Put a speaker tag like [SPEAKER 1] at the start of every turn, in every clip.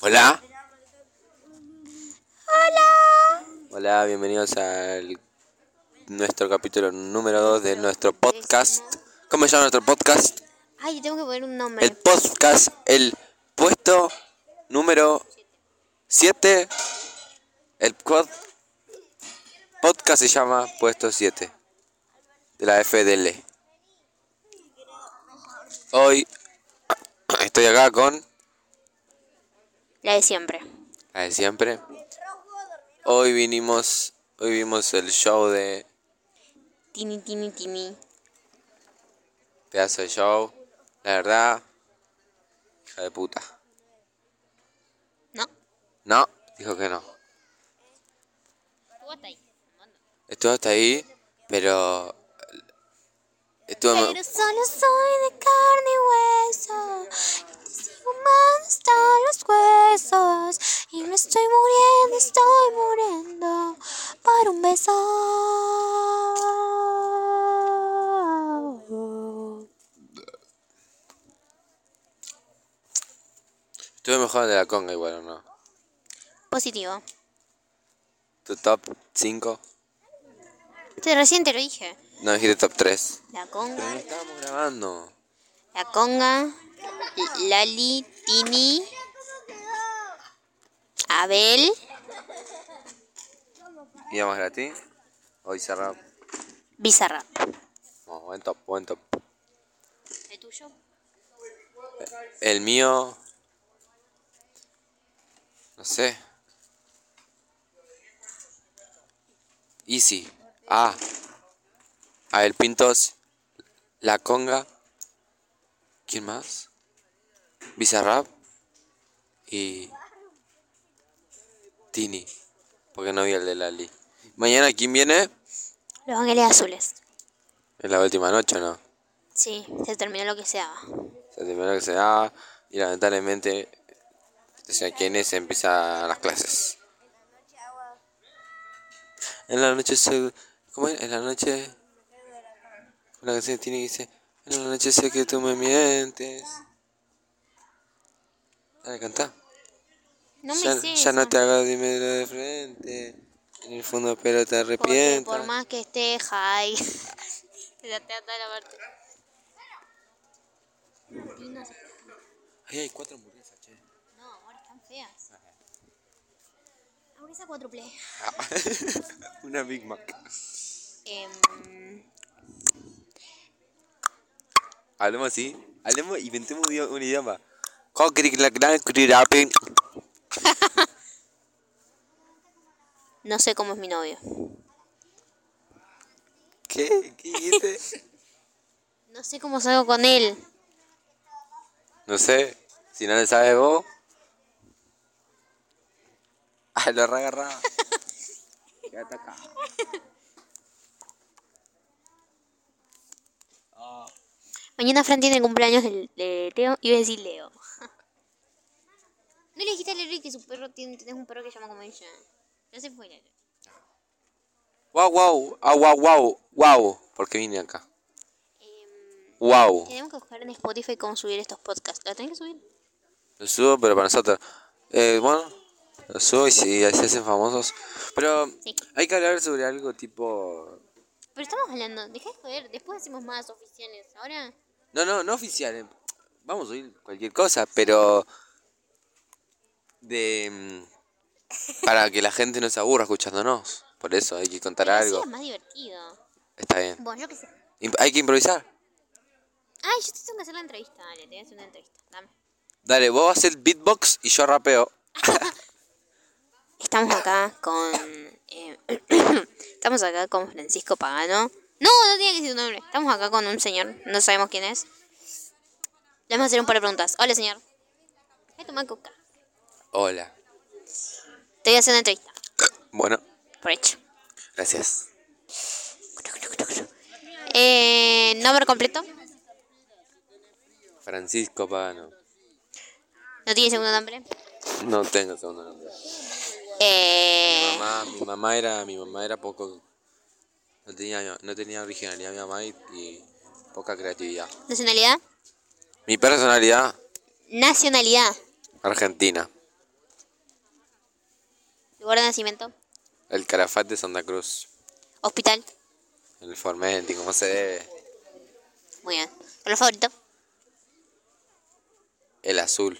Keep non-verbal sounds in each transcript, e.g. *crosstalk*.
[SPEAKER 1] Hola.
[SPEAKER 2] Hola.
[SPEAKER 1] Hola, bienvenidos a nuestro capítulo número 2 de nuestro podcast. ¿Cómo se llama nuestro podcast?
[SPEAKER 2] Ay, yo tengo que poner un nombre.
[SPEAKER 1] El podcast, el puesto número 7. El pod- podcast se llama Puesto 7 de la FDL. Hoy estoy acá con
[SPEAKER 2] La de siempre.
[SPEAKER 1] la de siempre. Hoy vinimos, hoy vimos el show de
[SPEAKER 2] Tini, tini, tini.
[SPEAKER 1] pedazo de show. La verdad, hija de puta.
[SPEAKER 2] No.
[SPEAKER 1] No, dijo que no. Estuvo hasta ahí, pero estuvo
[SPEAKER 2] Pero solo soy de carne y hueso. Y te sigo más hasta los huesos. Y me estoy muriendo, estoy muriendo. Por un beso.
[SPEAKER 1] estuve mejor de la conga igual o no.
[SPEAKER 2] Positivo.
[SPEAKER 1] Tu top 5,
[SPEAKER 2] Te recién te lo dije.
[SPEAKER 1] no dijiste top 3.
[SPEAKER 2] La conga.
[SPEAKER 1] No estábamos grabando.
[SPEAKER 2] La conga, Lali, Tini, Abel,
[SPEAKER 1] Íbamos gratis. Hoy cerramos.
[SPEAKER 2] Bizarra.
[SPEAKER 1] No, buen top, buen top.
[SPEAKER 2] ¿El tuyo?
[SPEAKER 1] El mío. No sé. Easy. Ah. A ver, Pintos. La Conga. ¿Quién más? Bizarrap. Y. Tini. Porque no vi el de Lali. Mañana, ¿quién viene?
[SPEAKER 2] Los Ángeles Azules.
[SPEAKER 1] Es la última noche, ¿o ¿no?
[SPEAKER 2] Sí, se terminó lo que se daba.
[SPEAKER 1] Se terminó que se da y lamentablemente o sea, que Inés empieza las clases. En la noche se... ¿Cómo es? En la noche... Una canción que tiene que dice... En la noche sé que tú me mientes. Dale, canta.
[SPEAKER 2] No me
[SPEAKER 1] ya,
[SPEAKER 2] sé.
[SPEAKER 1] ya
[SPEAKER 2] esa.
[SPEAKER 1] no te hagas dímelo de frente. En el fondo pero te
[SPEAKER 2] Porque
[SPEAKER 1] arrepientas.
[SPEAKER 2] por más que esté high. *laughs* ya te ata la verte.
[SPEAKER 1] Ahí hay cuatro hamburguesas, che.
[SPEAKER 2] No, amor, están feas. Hamburguesa cuádruple.
[SPEAKER 1] Una Big Mac.
[SPEAKER 2] Em,
[SPEAKER 1] Hablemos así. Hablemos, inventemos un, idio- un idioma. Cocriclaclacrirapin.
[SPEAKER 2] no sé cómo es mi novio.
[SPEAKER 1] ¿Qué? ¿Qué dijiste?
[SPEAKER 2] No sé cómo salgo con él.
[SPEAKER 1] *laughs* No sé. Si no le sabes vos. *laughs* Ah, lo *laughs* reagarraba. Quédate acá.
[SPEAKER 2] Mañana Fran tiene el cumpleaños del- de Teo y iba a decir Leo. *laughs* No le dijiste a Leroy que su perro tiene, tenés un perro que se llama como ella. No se fue Leroy.
[SPEAKER 1] Wow, wow. Ah, wow, wow. Wow. ¿Por qué vine acá?
[SPEAKER 2] Em,
[SPEAKER 1] Wow.
[SPEAKER 2] tenemos que buscar en Spotify cómo subir estos podcasts. ¿Lo tenés que subir?
[SPEAKER 1] Lo subo, pero para nosotros. Eh, bueno. Lo subo y si se hacen famosos. Pero
[SPEAKER 2] Sí.
[SPEAKER 1] hay que hablar sobre algo tipo...
[SPEAKER 2] Pero estamos hablando, dejá de joder, después hacemos más oficiales. Ahora,
[SPEAKER 1] No, no, no oficial. eh. Vamos a oír cualquier cosa, pero. De. mm, Para que la gente no se aburra escuchándonos. Por eso hay que contar
[SPEAKER 2] así
[SPEAKER 1] algo.
[SPEAKER 2] es más divertido.
[SPEAKER 1] Está bien.
[SPEAKER 2] Bueno, yo qué sé.
[SPEAKER 1] Imp- hay que improvisar.
[SPEAKER 2] Ay, yo te tengo que hacer la entrevista. Dale, te voy a hacer una entrevista. Dame.
[SPEAKER 1] Dale, vos haces beatbox y yo rapeo.
[SPEAKER 2] Estamos acá con. eh, *coughs* estamos acá con Francisco Pagano. No, no tiene que decir su nombre. Estamos acá con un señor. No sabemos quién es. Le vamos a hacer un par de preguntas. Hola, señor. Voy a tomar coca.
[SPEAKER 1] Hola.
[SPEAKER 2] Te voy a hacer una entrevista.
[SPEAKER 1] Bueno,
[SPEAKER 2] Por hecho.
[SPEAKER 1] gracias.
[SPEAKER 2] Eh, nombre completo.
[SPEAKER 1] Francisco Pagano.
[SPEAKER 2] No tiene segundo nombre.
[SPEAKER 1] No tengo segundo nombre. Mi
[SPEAKER 2] Eh,
[SPEAKER 1] mamá, mi mamá era, mi mamá era poco. No tenía, no tenía originalidad mi mamá y, y poca creatividad.
[SPEAKER 2] nacionalidad.
[SPEAKER 1] Mi personalidad,
[SPEAKER 2] Nacionalidad.
[SPEAKER 1] argentina.
[SPEAKER 2] Lugar de nacimiento.
[SPEAKER 1] El Calafat de Santa Cruz.
[SPEAKER 2] Hospital.
[SPEAKER 1] El Formenti, como se debe.
[SPEAKER 2] Muy bien. Color favorito.
[SPEAKER 1] El azul.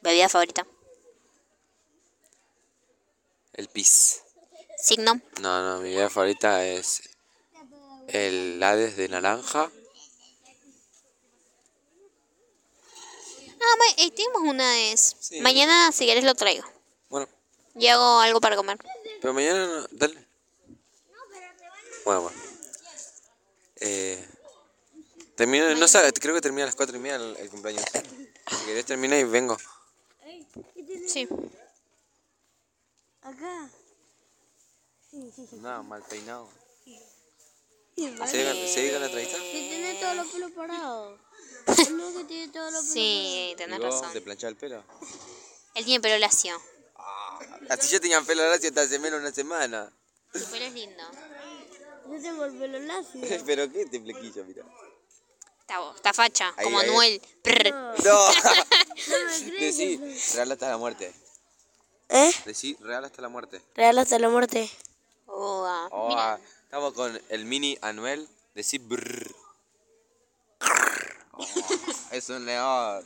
[SPEAKER 2] Bebida favorita.
[SPEAKER 1] El pis.
[SPEAKER 2] Signo.
[SPEAKER 1] No, no, mi bebida favorita es el Hades de naranja.
[SPEAKER 2] Ah, bueno, eh, tenemos una de esas.
[SPEAKER 1] Sí.
[SPEAKER 2] Mañana, si quieres, lo traigo.
[SPEAKER 1] Bueno,
[SPEAKER 2] Y hago algo para comer.
[SPEAKER 1] pero mañana no, dale. Bueno, bueno. Eh, termino, no sé, creo que termina a las cuatro y media el, el cumpleaños. Si querés termina y vengo.
[SPEAKER 2] Sí.
[SPEAKER 3] Acá.
[SPEAKER 1] No, mal peinado. ¿Se con, seguí con la entrevista?
[SPEAKER 3] Que tiene todos los pelos parados. Uno que tiene todos los
[SPEAKER 2] Sí, tenés
[SPEAKER 1] ¿Y vos
[SPEAKER 2] razón.
[SPEAKER 1] ¿Te planchás el pelo?
[SPEAKER 2] Él tiene pelo lacio.
[SPEAKER 1] Así yo tenía pelo lacio hasta hace menos de una semana.
[SPEAKER 2] Su pelo es lindo.
[SPEAKER 3] Yo tengo el
[SPEAKER 1] *laughs*
[SPEAKER 3] pelo lacio.
[SPEAKER 1] ¿Pero qué este flequillo, mira?
[SPEAKER 2] Está, bo- está facha,
[SPEAKER 1] Ahí,
[SPEAKER 2] como
[SPEAKER 1] ahí. Ah.
[SPEAKER 2] Anuel. Prr.
[SPEAKER 1] ¡No! *laughs*
[SPEAKER 3] No me crees.
[SPEAKER 1] Decí, real hasta la muerte.
[SPEAKER 3] ¿Eh?
[SPEAKER 1] Decí, real hasta la muerte.
[SPEAKER 3] Real hasta la muerte.
[SPEAKER 2] Oh, ah,
[SPEAKER 1] Oh,
[SPEAKER 2] mira.
[SPEAKER 1] ah, estamos con el mini Anuel. Decí, brrr. Oh, es un león.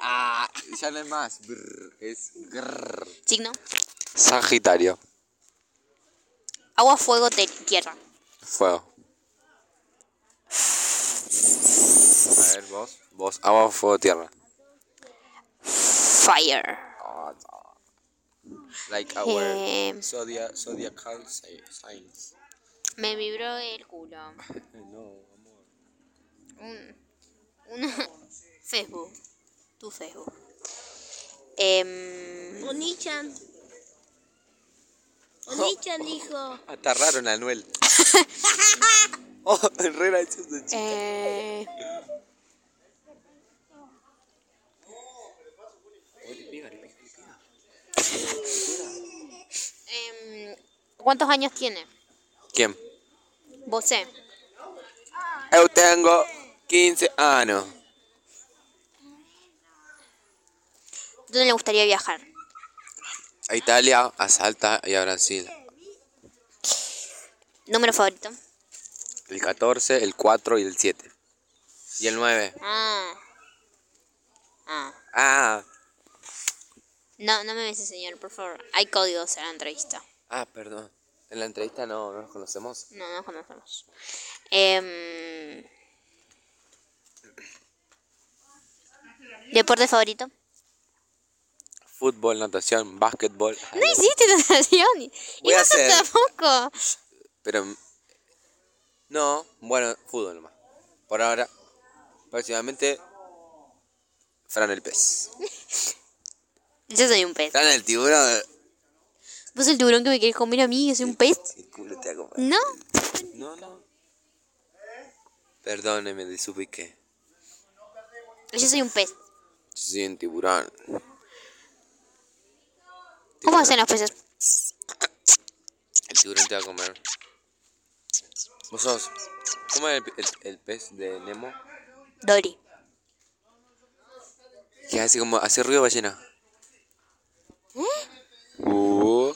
[SPEAKER 1] Ah, ya no es más. brrr, es grrr.
[SPEAKER 2] Signo.
[SPEAKER 1] Sagitario.
[SPEAKER 2] Agua, fuego, te- tierra.
[SPEAKER 1] Fuego. A ver, vos. Vos, agua, fuego, tierra.
[SPEAKER 2] Fire.
[SPEAKER 1] Like our
[SPEAKER 2] Eh.
[SPEAKER 1] zodiac, zodiacal si- signs.
[SPEAKER 2] Me vibró el culo.
[SPEAKER 1] *laughs* No, amor.
[SPEAKER 2] Un, un *laughs* Facebook. Tu Facebook.
[SPEAKER 1] *laughs*
[SPEAKER 2] Em,
[SPEAKER 3] Onichan. Onichan dijo.
[SPEAKER 1] Ah, está raro en Anuel. *laughs* oh, es re gracioso, chico.
[SPEAKER 2] eh, em, ¿Cuántos años tiene?
[SPEAKER 1] ¿Quién?
[SPEAKER 2] Vos sé.
[SPEAKER 1] Yo tengo ah, 15 años.
[SPEAKER 2] ¿Dónde le gustaría viajar?
[SPEAKER 1] A Italia, a Salta y a Brasil.
[SPEAKER 2] Número favorito.
[SPEAKER 1] El 14, el 4 y el 7. Y el 9.
[SPEAKER 2] Ah. Ah.
[SPEAKER 1] Ah,
[SPEAKER 2] No, no me beses, señor, por favor. Hay códigos en la entrevista.
[SPEAKER 1] ah, perdón. En la entrevista no, no nos conocemos.
[SPEAKER 2] No, no conocemos. Em, ¿Deporte favorito?
[SPEAKER 1] Fútbol, natación, básquetbol.
[SPEAKER 2] No hiciste natación.
[SPEAKER 1] Voy
[SPEAKER 2] y
[SPEAKER 1] a
[SPEAKER 2] vos
[SPEAKER 1] hacer.
[SPEAKER 2] tampoco.
[SPEAKER 1] Pero. mm, No, bueno, fútbol nomás. Por ahora, próximamente. Fran el pez.
[SPEAKER 2] Yo soy un pez.
[SPEAKER 1] Fran el tiburón.
[SPEAKER 2] ¿Vos el tiburón que me querés comer a mí? Yo soy un pez.
[SPEAKER 1] El culo te acompaña.
[SPEAKER 2] No.
[SPEAKER 1] No, no. Perdóneme, desubiqué.
[SPEAKER 2] Yo soy un pez.
[SPEAKER 1] Yo soy un tiburón.
[SPEAKER 2] ¿Cómo hacen los peces?
[SPEAKER 1] El tiburón te va a comer. Vos sos. ¿Cómo es el, el- el pez de Nemo?
[SPEAKER 2] Dory.
[SPEAKER 1] Que hace como. hace ruido ballena. Ujú.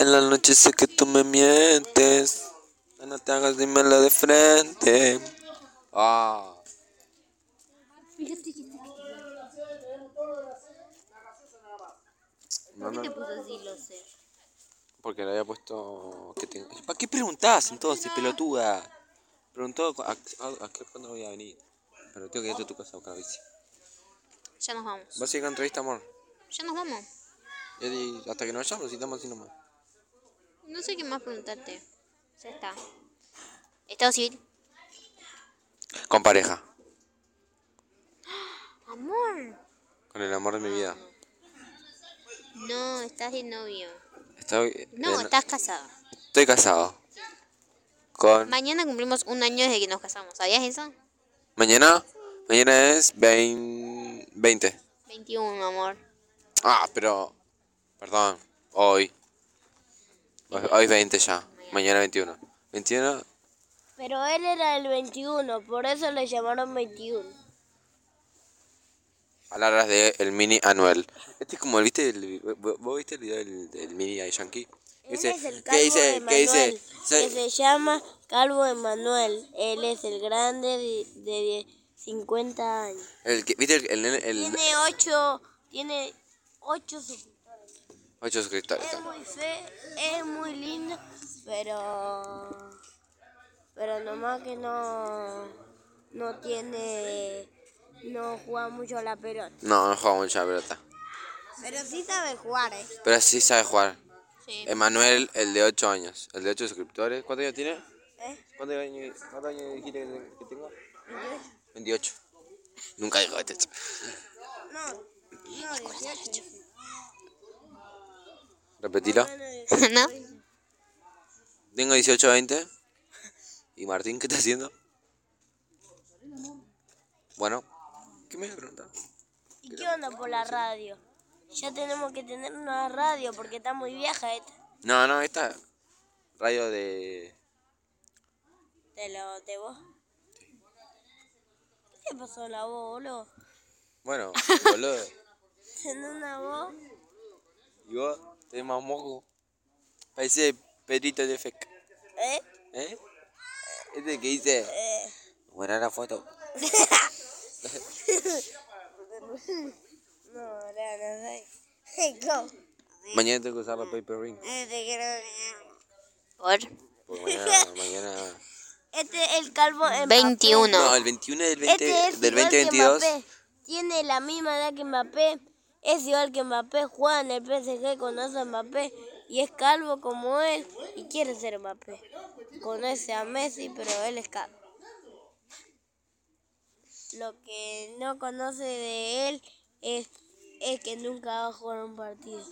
[SPEAKER 1] En la noche sé que tú me mientes. No te hagas, dímelo de frente. Ah. No, no, porque le había puesto. Que te- ¿Para qué preguntás entonces, pelotuda? Preguntó a, a- a qué cuándo voy a venir. Pero tengo que irte a tu casa a buscar la bici.
[SPEAKER 2] Ya nos vamos.
[SPEAKER 1] ¿Vas a ir a la entrevista, amor?
[SPEAKER 2] Ya nos vamos.
[SPEAKER 1] Y- y hasta que nos vayamos, si estamos así nomás.
[SPEAKER 2] No sé qué más preguntarte. Ya está. Estado civil.
[SPEAKER 1] Con pareja.
[SPEAKER 2] *gasps* Amor.
[SPEAKER 1] Con el amor de mi vida.
[SPEAKER 2] No, estás de novio.
[SPEAKER 1] Estoy,
[SPEAKER 2] No,
[SPEAKER 1] eh,
[SPEAKER 2] estás casada.
[SPEAKER 1] estoy casado. Con.
[SPEAKER 2] Mañana cumplimos un año desde que nos casamos. ¿Sabías eso?
[SPEAKER 1] Mañana. Mañana es 20. 20.
[SPEAKER 2] 21, amor. *laughs*
[SPEAKER 1] Ah, pero. Perdón. Hoy. Hoy hoy 20 ya.
[SPEAKER 2] Mañana
[SPEAKER 1] Mañana 21. 21,
[SPEAKER 3] Pero él era el 21, por eso le llamaron 21.
[SPEAKER 1] palabras de el mini Anuel. Este es como, ¿viste? El, ¿Vos vos viste el video del, del mini Yankee? Que
[SPEAKER 3] Él
[SPEAKER 1] dice,
[SPEAKER 3] es
[SPEAKER 1] ¿Qué
[SPEAKER 3] el calvo
[SPEAKER 1] dice?
[SPEAKER 3] de
[SPEAKER 1] ¿Qué dice?
[SPEAKER 3] Manuel, que se llama Calvo Emanuel. Él es el grande de, de 50 años.
[SPEAKER 1] El, que- ¿Viste el, el, nene- el,
[SPEAKER 3] Tiene 8, tiene 8
[SPEAKER 1] Ocho suscriptores.
[SPEAKER 3] Es
[SPEAKER 1] está.
[SPEAKER 3] muy fe, es muy lindo, pero pero nomás que no no tiene no juega mucho a la pelota.
[SPEAKER 1] No, no juega mucho a la pelota.
[SPEAKER 3] Pero sí sabe jugar, eh.
[SPEAKER 1] Pero sí sabe jugar.
[SPEAKER 2] Sí.
[SPEAKER 1] Emanuel, el de 8 años. El de 8 suscriptores. ¿Cuántos años tiene?
[SPEAKER 3] ¿Eh?
[SPEAKER 1] ¿Cuántos años, cuántos años dijiste que que tengo? 28. Nunca digo este.
[SPEAKER 3] No, no, 18.
[SPEAKER 1] Repetilo.
[SPEAKER 2] ¿No?
[SPEAKER 1] Tengo 18, 20. ¿Y Martín qué está haciendo? Bueno, ¿qué me pregunta?
[SPEAKER 3] ¿Y qué onda por la radio? Ya tenemos que tener una radio porque está muy vieja esta.
[SPEAKER 1] No, no, esta radio de.
[SPEAKER 3] ¿Te lo te vos? ¿Qué te pasó a la voz, boludo? *laughs*
[SPEAKER 1] Bueno, boludo.
[SPEAKER 3] Tenés una voz.
[SPEAKER 1] Y vos tenés más moco. Parece Pedrito de Feca.
[SPEAKER 3] ¿Eh?
[SPEAKER 1] ¿Eh? Este que dice.
[SPEAKER 3] Eh.
[SPEAKER 1] Buena la foto.
[SPEAKER 3] No, ahora no sé. Hey, go.
[SPEAKER 1] Mañana tengo que usar la paper ring.
[SPEAKER 3] Eh, te quiero-
[SPEAKER 2] Por
[SPEAKER 1] Porque
[SPEAKER 3] *laughs*
[SPEAKER 1] mañana, mañana.
[SPEAKER 3] Este es el calvo en
[SPEAKER 2] 21.
[SPEAKER 1] No, el 21 del 20,
[SPEAKER 3] Este es
[SPEAKER 1] del
[SPEAKER 3] igual que
[SPEAKER 1] 2022.
[SPEAKER 3] Mbappé. Tiene la misma edad que Mbappé. Es igual que Mbappé. Juega en el PSG, conoce a Mbappé. Y es calvo como él. Y quiere ser Mbappé. Conoce a Messi, pero él es calvo. Lo que no conoce de él es, es que nunca va a jugar un partido.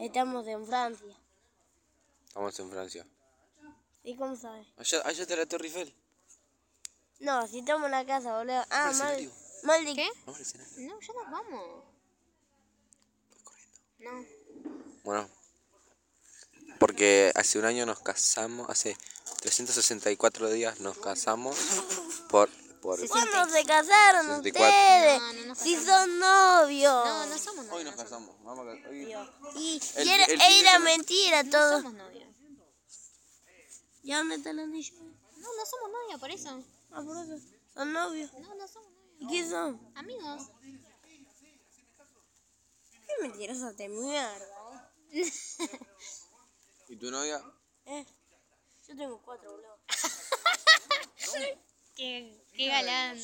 [SPEAKER 3] Estamos en Francia.
[SPEAKER 1] Estamos en Francia.
[SPEAKER 3] ¿Y cómo sabes?
[SPEAKER 1] Allá, allá está la Torre Eiffel.
[SPEAKER 3] No, si estamos en la casa, boludo. Ah, mal,
[SPEAKER 1] escenario.
[SPEAKER 3] mal de-
[SPEAKER 2] ¿Qué?
[SPEAKER 1] Vamos al escenario.
[SPEAKER 2] No, ya nos vamos. No.
[SPEAKER 1] Bueno. Porque hace un año nos casamos, hace 364 días nos casamos por... por
[SPEAKER 3] ¿Cuándo se casaron
[SPEAKER 1] 64.
[SPEAKER 3] ustedes?
[SPEAKER 2] No, no nos
[SPEAKER 3] si son novios.
[SPEAKER 2] No, no somos novios.
[SPEAKER 1] Hoy nos casamos. Vamos a- hoy-
[SPEAKER 3] Y,
[SPEAKER 1] El-
[SPEAKER 3] y era,
[SPEAKER 1] el fin de
[SPEAKER 3] era
[SPEAKER 1] semana.
[SPEAKER 3] mentira
[SPEAKER 2] No
[SPEAKER 3] todo.
[SPEAKER 2] somos novios.
[SPEAKER 3] ¿Y dónde está el anillo?
[SPEAKER 2] No, no somos novios, por eso.
[SPEAKER 3] Ah, por eso. Son novios.
[SPEAKER 2] No, no somos novios.
[SPEAKER 3] ¿Y qué son?
[SPEAKER 2] *laughs* Amigos.
[SPEAKER 3] Qué mentiroso te mierda.
[SPEAKER 1] ¿Y tu novia?
[SPEAKER 3] Eh, yo tengo cuatro, boludo.
[SPEAKER 2] qué, qué galán.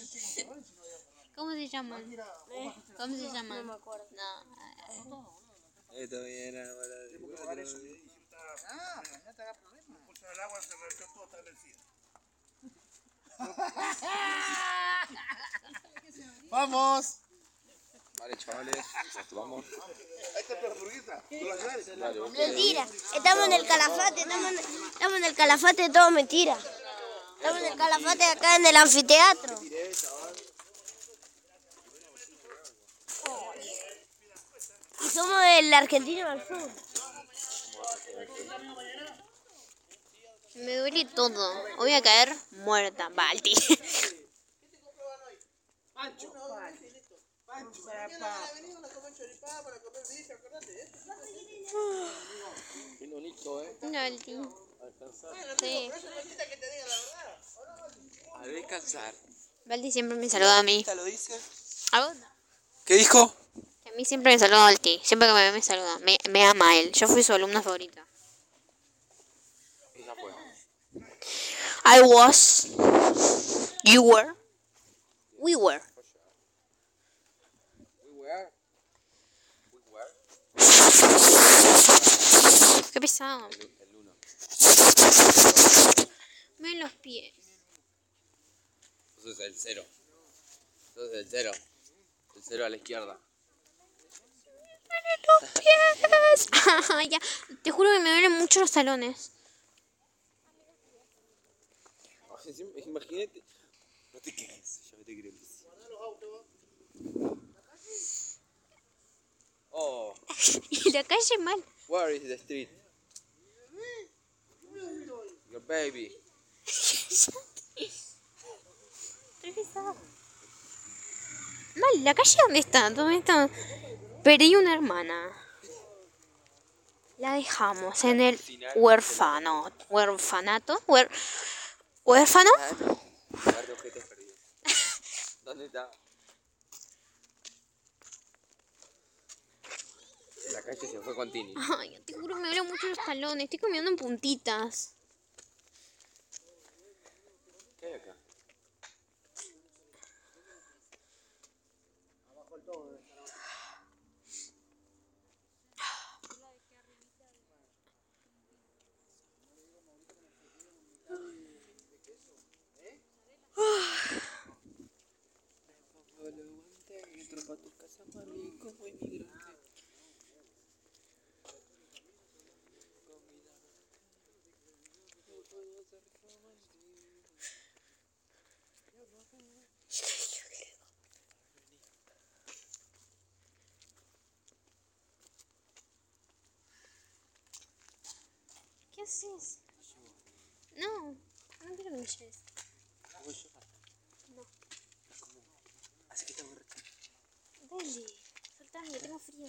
[SPEAKER 2] ¿Cómo se llaman?
[SPEAKER 3] Eh,
[SPEAKER 2] ¿Cómo se
[SPEAKER 3] no
[SPEAKER 2] llaman?
[SPEAKER 3] me acuerdo.
[SPEAKER 2] No.
[SPEAKER 1] Está bien, ahora-
[SPEAKER 4] Vamos.
[SPEAKER 1] Vale, chavales, vamos.
[SPEAKER 3] Mentira. Estamos en el calafate. Estamos en, estamos en el calafate. Todo mentira. Estamos en el calafate acá en el anfiteatro. Y somos del argentino al sur.
[SPEAKER 2] Me duele todo. Hoy voy a caer muerta, Balti. Balti. Sí.
[SPEAKER 1] A descansar.
[SPEAKER 2] Balti siempre me saluda a mí.
[SPEAKER 1] lo dice?
[SPEAKER 2] ¿A vos? no.
[SPEAKER 1] ¿Qué dijo?
[SPEAKER 2] Que A mí siempre me saluda Balti. Siempre que me ve me saluda. Me, me ama él. Yo fui su alumna favorita. I was. You were. We were. Qué pesado. Me los pies.
[SPEAKER 1] Entonces el cero. Entonces el cero. El cero a la izquierda.
[SPEAKER 2] los pies. *laughs* Ay, ya. Te juro que me duelen mucho los talones. *laughs*
[SPEAKER 1] Imagínate. No te quejes, yo te creo. Oh,
[SPEAKER 2] y la calle mal.
[SPEAKER 1] where is the street? baby.
[SPEAKER 2] Mal, la calle dónde está, dónde está. Perdí una hermana. La dejamos en el huérfano. Huérfanato. huer- huérfano.
[SPEAKER 1] Lugar de objetos perdidos. ¿Dónde está? La calle se fue con Tini.
[SPEAKER 2] Ay, te juro, me duelen mucho los talones. Estoy comiendo en puntitas.
[SPEAKER 1] ¿Qué hay acá?
[SPEAKER 2] ¿Qué haces? No, no quiero que me lleves.
[SPEAKER 1] Así que te voy a retar.
[SPEAKER 2] Dale, soltame, tengo frío.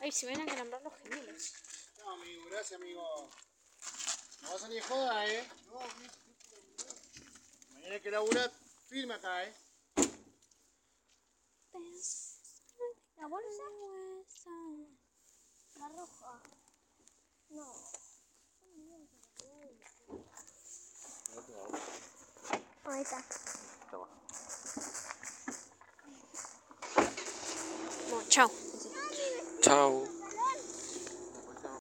[SPEAKER 2] Ay, se me van a calambrar los gemelos.
[SPEAKER 4] No, amigo, gracias, amigo. No va a salir de joda, ¿eh? No, amigo. Mañana hay que laburar, firma acá, ¿eh?
[SPEAKER 2] La bolsa.
[SPEAKER 3] La roja. No. Ahí está.
[SPEAKER 2] Bueno, chao.
[SPEAKER 1] Chao.